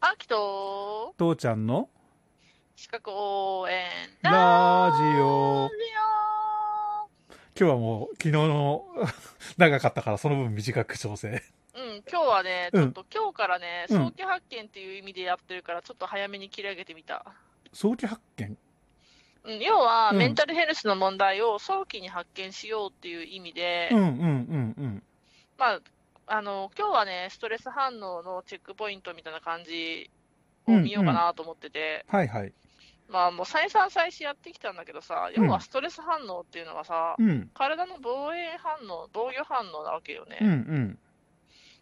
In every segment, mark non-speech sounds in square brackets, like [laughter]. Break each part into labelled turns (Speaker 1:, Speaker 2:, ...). Speaker 1: あきと、
Speaker 2: 父ちゃんの
Speaker 1: 四角応援
Speaker 2: ラジオ
Speaker 1: ラジオ
Speaker 2: 今日はもう昨日の [laughs] 長かったからその分短く調整。
Speaker 1: うん、今日はね、ち
Speaker 2: うん
Speaker 1: ょっと、今日からね、
Speaker 2: うん
Speaker 1: 早期発見っていう意味でやってるから、ちょっと早めに切り上げてみた。
Speaker 2: 早期発見
Speaker 1: うん、要は、
Speaker 2: うん
Speaker 1: メンタルヘルスの問題を早期に発見しようっていう意味で、
Speaker 2: うんうんうん
Speaker 1: まあ、あの、今日はね、ストレス反応のチェックポイントみたいな感じを見ようかなと思ってて、
Speaker 2: うん。はいはい。
Speaker 1: まあ、もう再三再四やってきたんだけどさ、
Speaker 2: うん
Speaker 1: 要はストレス反応っていうのはさ、
Speaker 2: うん
Speaker 1: 体の防衛反応、防御反応なわけよね。
Speaker 2: うんうん。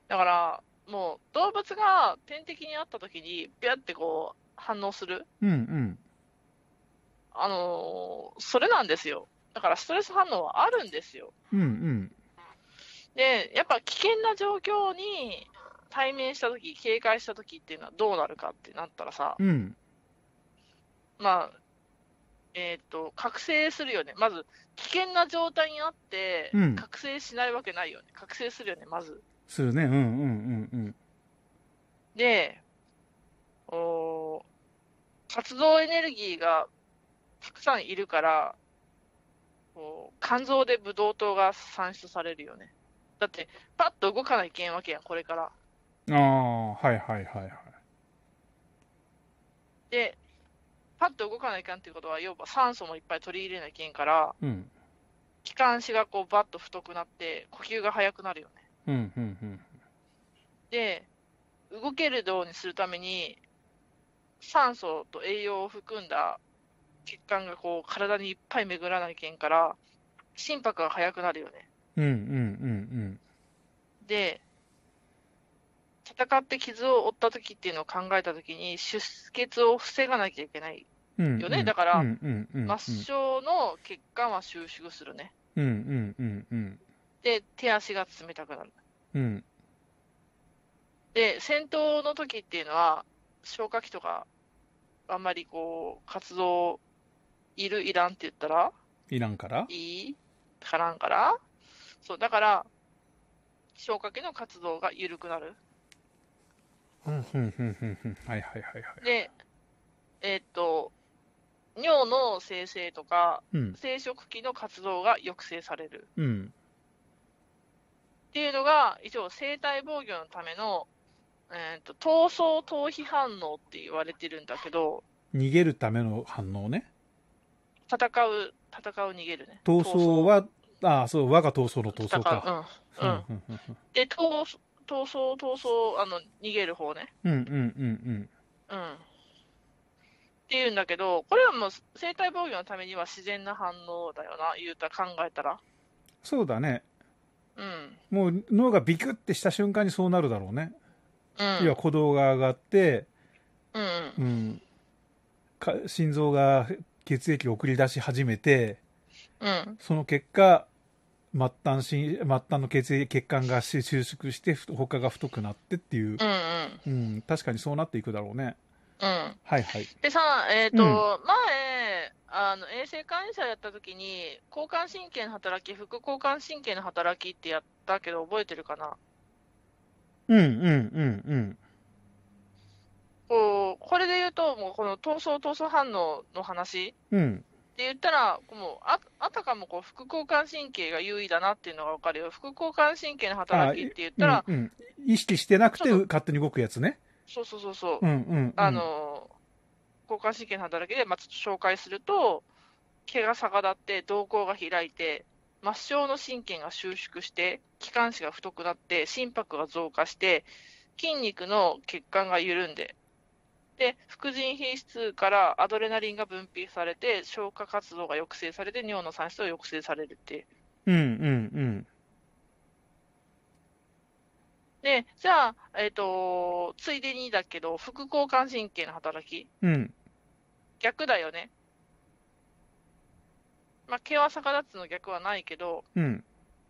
Speaker 1: だから、もう動物が天敵にあった時に、ビャってこう反応する、
Speaker 2: うんうん。
Speaker 1: あのーそれなんですよ。だからストレス反応はあるんですよ。
Speaker 2: うんうん。
Speaker 1: で、やっぱ危険な状況に対面した時、警戒した時っていうのはどうなるかってなったらさ、
Speaker 2: うん。
Speaker 1: まあ、えっ、と、覚醒するよね。まず、危険な状態にあって
Speaker 2: うん、
Speaker 1: 覚醒しないわけないよね。覚醒するよね、まず。
Speaker 2: するね。うんうんうん
Speaker 1: で、おー活動エネルギーがたくさんいるから、こう肝臓でブドウ糖が産出されるよね。だって、パッと動かないけんわけやん、これから。
Speaker 2: うん。ああ、はいはいはいはい。
Speaker 1: で、パッと動かないけんっていうことは、要は酸素もいっぱい取り入れないけんから、
Speaker 2: うん。
Speaker 1: 気管支がこうバッと太くなって、呼吸が速くなるよね。
Speaker 2: うんうんうん。
Speaker 1: で、動けるようにするために、酸素と栄養を含んだ血管がこう体にいっぱい巡らないけんから、心拍が速くなるよね。
Speaker 2: うんうんうん
Speaker 1: で、戦って傷を負った時っていうのを考えた時に、出血を防がなきゃいけない。
Speaker 2: うん。うんうん
Speaker 1: よねだから
Speaker 2: うんうんうんうん。
Speaker 1: 末梢の血管は収縮するね。
Speaker 2: うんうんうんうん。
Speaker 1: で、手足が冷たくなる。
Speaker 2: うん
Speaker 1: で、戦闘の時っていうのは、消化器とか、あんまりこう、活動、いる、いらんって言ったら、
Speaker 2: いらんから
Speaker 1: いいからんからそう、だから、消化器の活動が緩くなる。
Speaker 2: うんうんうんうんうん。はいはいはいはい。
Speaker 1: で、えーっと、尿の生成とか、
Speaker 2: うん
Speaker 1: 生殖器の活動が抑制される。
Speaker 2: うん
Speaker 1: っていうのが、一応、生体防御のための、えーっと、闘争逃避反応って言われてるんだけど、
Speaker 2: 逃げるための反応ね。
Speaker 1: 戦う、戦う、逃げるね。
Speaker 2: 闘争は、ああ、そう、我が闘争の闘
Speaker 1: 闘争、
Speaker 2: 争か。
Speaker 1: 戦う。うん。うん。
Speaker 2: うんうん
Speaker 1: で、闘争、闘争、闘争、あの、逃げる方ね。
Speaker 2: うんうん
Speaker 1: うん。っていうんだけど、これはもう生体防御のためには自然な反応だよな、言うたら考えたら。
Speaker 2: そうだね。
Speaker 1: うん。
Speaker 2: もう脳がビクってした瞬間にそうなるだろうね。
Speaker 1: うん。
Speaker 2: 要は鼓動が上がって、
Speaker 1: うん。
Speaker 2: うん、か心臓が血液を送り出し始めて、
Speaker 1: うん。
Speaker 2: その結果、末端し末端の血液血管が収縮して、ふ他が太くなってってい
Speaker 1: うん。
Speaker 2: う、
Speaker 1: うん。
Speaker 2: うん、確かにそうなっていくだろうね。
Speaker 1: うん。
Speaker 2: はいはい。
Speaker 1: でさ、えっ、と、前、あの、衛生管理者やった時に、交感神経の働き、副交感神経の働きってやったけど、覚えてるかな
Speaker 2: うんうんうんうん。
Speaker 1: こう、これで言うと、もうこの闘争、闘争反応の話って
Speaker 2: うん、
Speaker 1: 言ったら、もうああたかもこう副交感神経が優位だなっていうのが分かるよ。副交感神経の働きって言ったら、
Speaker 2: うんうん、意識してなくて
Speaker 1: ちょっと
Speaker 2: 勝手に動くやつね。
Speaker 1: そうそうそうそう、
Speaker 2: うんうん、うん。
Speaker 1: あ、のー、交感神経の働きで、まあ、ちょっと紹介すると、毛が逆立って、瞳孔が開いて、末梢の神経が収縮して、気管支が太くなって、心拍が増加して、筋肉の血管が緩んで、で、副腎皮質からアドレナリンが分泌されて、消化活動が抑制されて、尿の産出を抑制されるっていう。
Speaker 2: うんうん
Speaker 1: で、じゃあ、えっ、と、ついでにだけど、副交感神経の働き。
Speaker 2: うん。うん。
Speaker 1: 逆だよね。まあ、毛は逆立つの逆はないけど、
Speaker 2: うん。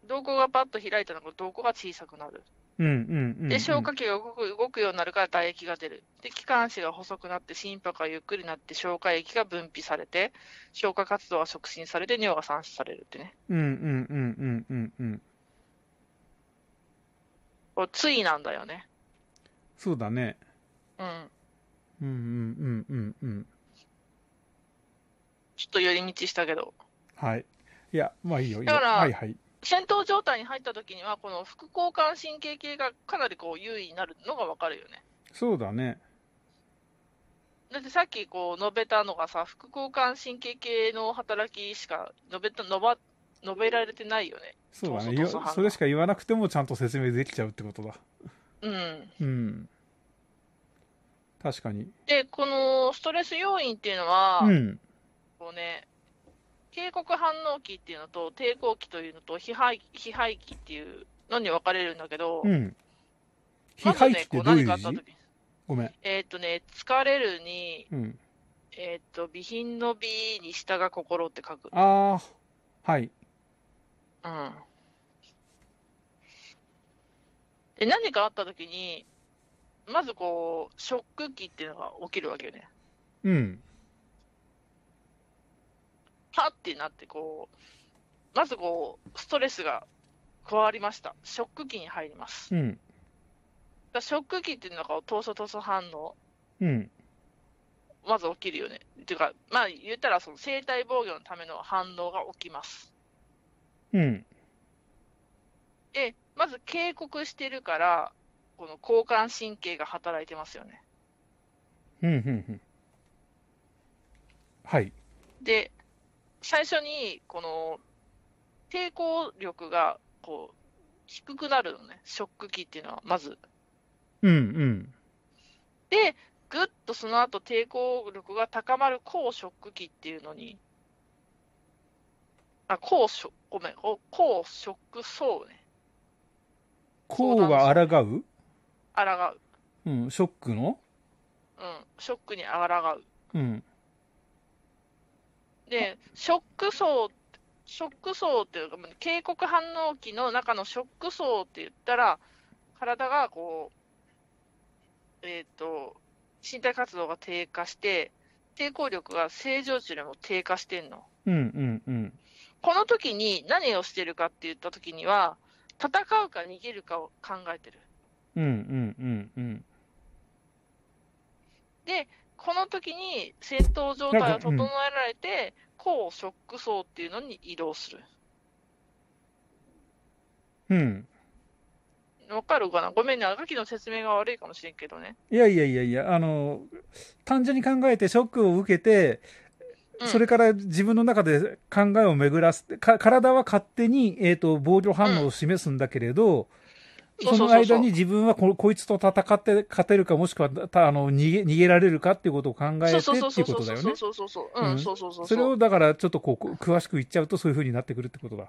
Speaker 1: 瞳孔がパッと開いたのが瞳孔が小さくなる。
Speaker 2: うんうんうん。
Speaker 1: で、消化器が動く動くようになるから唾液が出る。で、気管支が細くなって心拍がゆっくりになって消化液が分泌されて、消化活動が促進されて尿が産出されるってね。
Speaker 2: うんうんうんうんうんうん。
Speaker 1: これ、ついなんだよね。
Speaker 2: そうだね。
Speaker 1: うん。
Speaker 2: うんうんうんうんうん。
Speaker 1: ちょっと寄り道したけど、
Speaker 2: はい。いや、まあいいよ、いいよ。
Speaker 1: だから
Speaker 2: はいはい。
Speaker 1: 戦闘状態に入った時には、この副交感神経系がかなりこう優位になるのがわかるよね。
Speaker 2: そうだね。
Speaker 1: だってさっきこう述べたのがさ、副交感神経系の働きしか述べた述ば述べられてないよね。
Speaker 2: そうだね。
Speaker 1: そうそう
Speaker 2: 言わ
Speaker 1: そうそう
Speaker 2: それしか言わなくてもちゃんと説明できちゃうってことだ。
Speaker 1: うん、
Speaker 2: うん。確かに。
Speaker 1: で、このストレス要因っていうのは、
Speaker 2: うん。
Speaker 1: こうね、警告反応期っていうのと、抵抗期というのと、非廃非廃期っていうのに分かれるんだけど、
Speaker 2: うん。非
Speaker 1: まず
Speaker 2: 廃
Speaker 1: ね
Speaker 2: 棄っ、
Speaker 1: こ
Speaker 2: て
Speaker 1: う
Speaker 2: どう
Speaker 1: 何
Speaker 2: いう
Speaker 1: かあっ
Speaker 2: 字
Speaker 1: た時に、
Speaker 2: ごめん。
Speaker 1: えーっとね、疲れるに、
Speaker 2: うん。
Speaker 1: えーっと、備品の美に従う心って書く。
Speaker 2: ああ、はい。
Speaker 1: うん。で、何かあった時に、まずこう、ショック期っていうのが起きるわけよね。
Speaker 2: うん。
Speaker 1: はってなって、こう、まずこう、ストレスが加わりました。ショック期に入ります。
Speaker 2: うん。
Speaker 1: だショック期っていうのが、闘争闘争反応、
Speaker 2: うん。
Speaker 1: まず起きるよね。っていうか、まあ言ったら、その生体防御のための反応が起きます。
Speaker 2: うん。
Speaker 1: で、まず警告してるから、この交感神経が働いてますよね。
Speaker 2: うん。うん。うん。はい。
Speaker 1: で、最初に、この、抵抗力が、こう、低くなるのね。ショック期っていうのは、まず。
Speaker 2: うん。うん。
Speaker 1: で、ぐっとその後抵抗力が高まる高ショック期っていうのに、あ、高ショ、ごめん、お高ショック層ね、
Speaker 2: こうが抗う
Speaker 1: 抗う。
Speaker 2: うん。ショックの
Speaker 1: うん、ショックに抗
Speaker 2: うん。
Speaker 1: う。で、ショック層、ショック層っていうか、警告反応期の中のショック層って言ったら、体がこう、えっ、と、身体活動が低下して、抵抗力が正常値よりも低下してんの。
Speaker 2: うん。うん。うん。
Speaker 1: この時に何をしてるかって言った時には、戦うか逃げるかを考えてる。
Speaker 2: うん。うん。うん。うん。
Speaker 1: この時に戦闘状態を整えられて、高ショック層っていうのに移動する。
Speaker 2: うん。
Speaker 1: わかるかなごめんね、赤木の説明が悪いかもしれんけどね。
Speaker 2: いやいやいやいや、あの、単純に考えてショックを受けて、
Speaker 1: うん
Speaker 2: それから自分の中で考えを巡らす、か体は勝手に、えー、と防御反応を示すんだけれど、
Speaker 1: そう
Speaker 2: そ
Speaker 1: そうそうそう
Speaker 2: の間に自分はここいつと戦って勝てるか、もしくはたあの逃げ逃げられるかっていうことを考えて
Speaker 1: そう
Speaker 2: って
Speaker 1: そうそうそ
Speaker 2: い
Speaker 1: うう
Speaker 2: こ
Speaker 1: そう
Speaker 2: とだよね。
Speaker 1: そうそうそう。
Speaker 2: う
Speaker 1: うんん、そうそうそう。
Speaker 2: それをだからちょっとこうこう詳しく言っちゃうとそういうふうになってくるってことだ。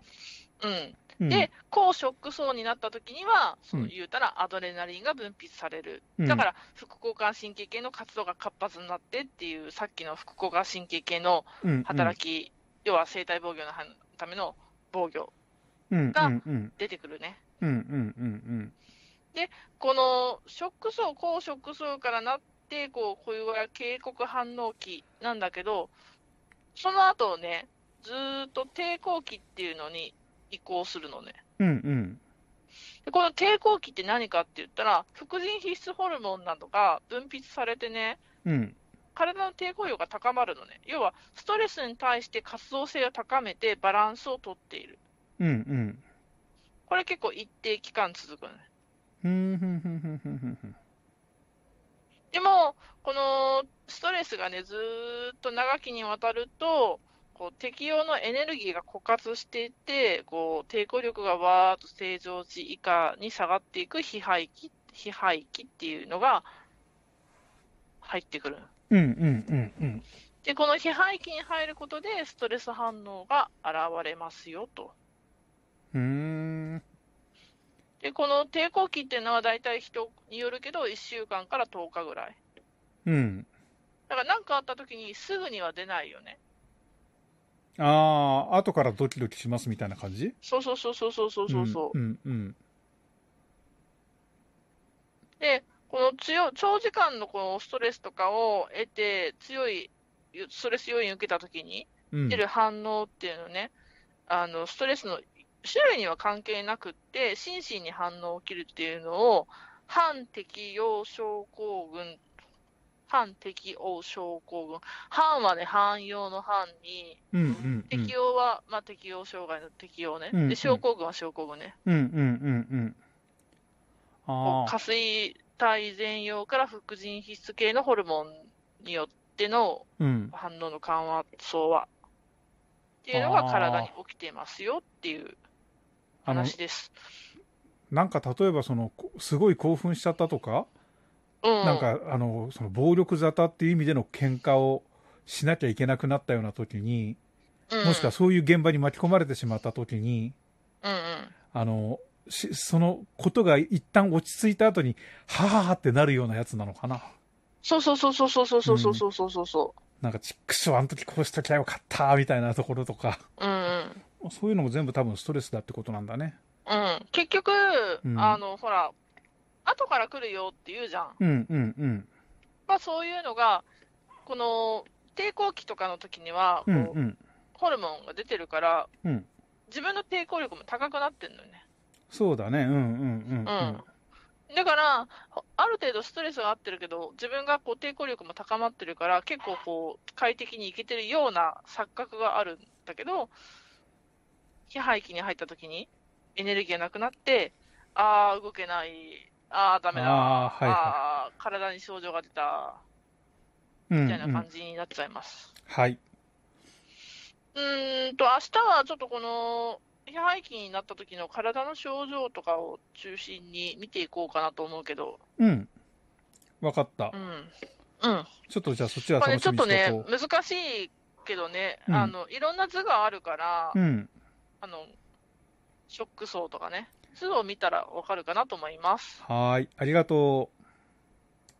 Speaker 1: うん。
Speaker 2: うん、
Speaker 1: で、高ショック層になった時には、そうの
Speaker 2: ん
Speaker 1: 言うたらアドレナリンが分泌される。
Speaker 2: うん
Speaker 1: だから、副交感神経系の活動が活発になってっていう、さっきの副交感神経系の働
Speaker 2: き
Speaker 1: き、要は生体防御のための防御、
Speaker 2: が
Speaker 1: が
Speaker 2: うんうん
Speaker 1: 出てくるね。
Speaker 2: うんうんうん
Speaker 1: このショック層、高ショック層からなって、こう、こういう警告反応期なんだけど、その後ね、ずーっと抵抗期っていうのに移行するのね。
Speaker 2: うんうんうん
Speaker 1: でこの抵抗期って何かって言ったら、副腎皮質ホルモンなどが分泌されてね、
Speaker 2: うん
Speaker 1: 体の抵抗量が高まるのね。要は、ストレスに対して活動性を高めてバランスをとっている。
Speaker 2: うんうん
Speaker 1: これ結構一定期間続くのね。
Speaker 2: ふんふんふんふんふんふんふん
Speaker 1: でも、このストレスがね、ずーっと長きにわたると、こう適応のエネルギーが枯渇していって、こう抵抗力がわーっと正常値以下に下がっていく非廃棄、非廃棄っていうのが入ってくる。
Speaker 2: うんうんうんうん
Speaker 1: で、この非廃棄に入ることで、ストレス反応が現れますよと。
Speaker 2: うーん
Speaker 1: で、この抵抗期っていうのは、大体人によるけど、1週間から10日ぐらい。
Speaker 2: うん
Speaker 1: だから何かあった時に、すぐには出ないよね。
Speaker 2: ああ後からドキドキしますみたいな感じ
Speaker 1: そうそうそうそうそうそうそうそう。
Speaker 2: うんうん
Speaker 1: で、この強い長時間のこのストレスとかを得て、強いストレス要因を受けたときに
Speaker 2: うん
Speaker 1: 出る反応っていうのね、あのストレスの種類には関係なくって、心身に反応起きるっていうのを、反適応症候群、反適応症候群。反はね、汎用の反に、
Speaker 2: うんうんうん。
Speaker 1: 適応は、まあ、適応障害の適応ね。
Speaker 2: うんうん
Speaker 1: で、症候群は症候群ね。
Speaker 2: うんうんうんうん。ああ
Speaker 1: 下垂体前葉から副腎皮質系のホルモンによっての
Speaker 2: うん。
Speaker 1: 反応の緩和、相和。っていうのが体に起きてますよっていう
Speaker 2: あの、
Speaker 1: 話です。
Speaker 2: なんか例えばその、こすごい興奮しちゃったとか、
Speaker 1: うん。
Speaker 2: なんかあの、その暴力沙汰っていう意味での喧嘩をしなきゃいけなくなったような時に、
Speaker 1: うん、
Speaker 2: もしくはそういう現場に巻き込まれてしまった時に、
Speaker 1: うんうん。
Speaker 2: あの、しそのことが一旦落ち着いた後に、はははってなるようなやつなのかな。
Speaker 1: そうそうそうそうそうそうそうそうそうそうそ
Speaker 2: なんか、ちっくしょ、あの時こうしときゃよかった、みたいなところとか、
Speaker 1: う。うんうん。
Speaker 2: そういうのも全部多分ストレスだってことなんだね。
Speaker 1: うん、結局、
Speaker 2: うん
Speaker 1: あのほら、後から来るよって言うじゃん、
Speaker 2: うんうんうん。
Speaker 1: まあ、そういうのが、この抵抗期とかの時には、こ
Speaker 2: う
Speaker 1: うん
Speaker 2: うん。
Speaker 1: ホルモンが出てるから、
Speaker 2: うん
Speaker 1: 自分の抵抗力も高くなってるのよね、
Speaker 2: そうだね。うんうんうんうん。
Speaker 1: うん、だから、ある程度ストレスがあってるけど、自分がこう抵抗力も高まってるから、結構こう快適にいけてるような錯覚があるんだけど、非廃期に入った時にエネルギーがなくなって、あー、動けない、あー、ダメだ、
Speaker 2: あーはいはい
Speaker 1: あー体に症状が出た、
Speaker 2: うん
Speaker 1: みたいな
Speaker 2: うん
Speaker 1: 感じになっちゃいます。
Speaker 2: はい。
Speaker 1: うーんと、明日はちょっとこの、非廃期になった時の体の症状とかを中心に見ていこうかなと思うけど、
Speaker 2: うん。わかった
Speaker 1: う。ん。うん。
Speaker 2: ちょっとじゃあそっちは
Speaker 1: これ
Speaker 2: 楽
Speaker 1: ねち
Speaker 2: し
Speaker 1: ょっ
Speaker 2: みに
Speaker 1: と
Speaker 2: して
Speaker 1: ね
Speaker 2: おこ、
Speaker 1: 難しいけどね、
Speaker 2: うん
Speaker 1: あの、いろんな図があるから、
Speaker 2: う。うん。
Speaker 1: あの、ショック層とかね、図を見たらわかるかなと思います。
Speaker 2: はーい。ありがとう。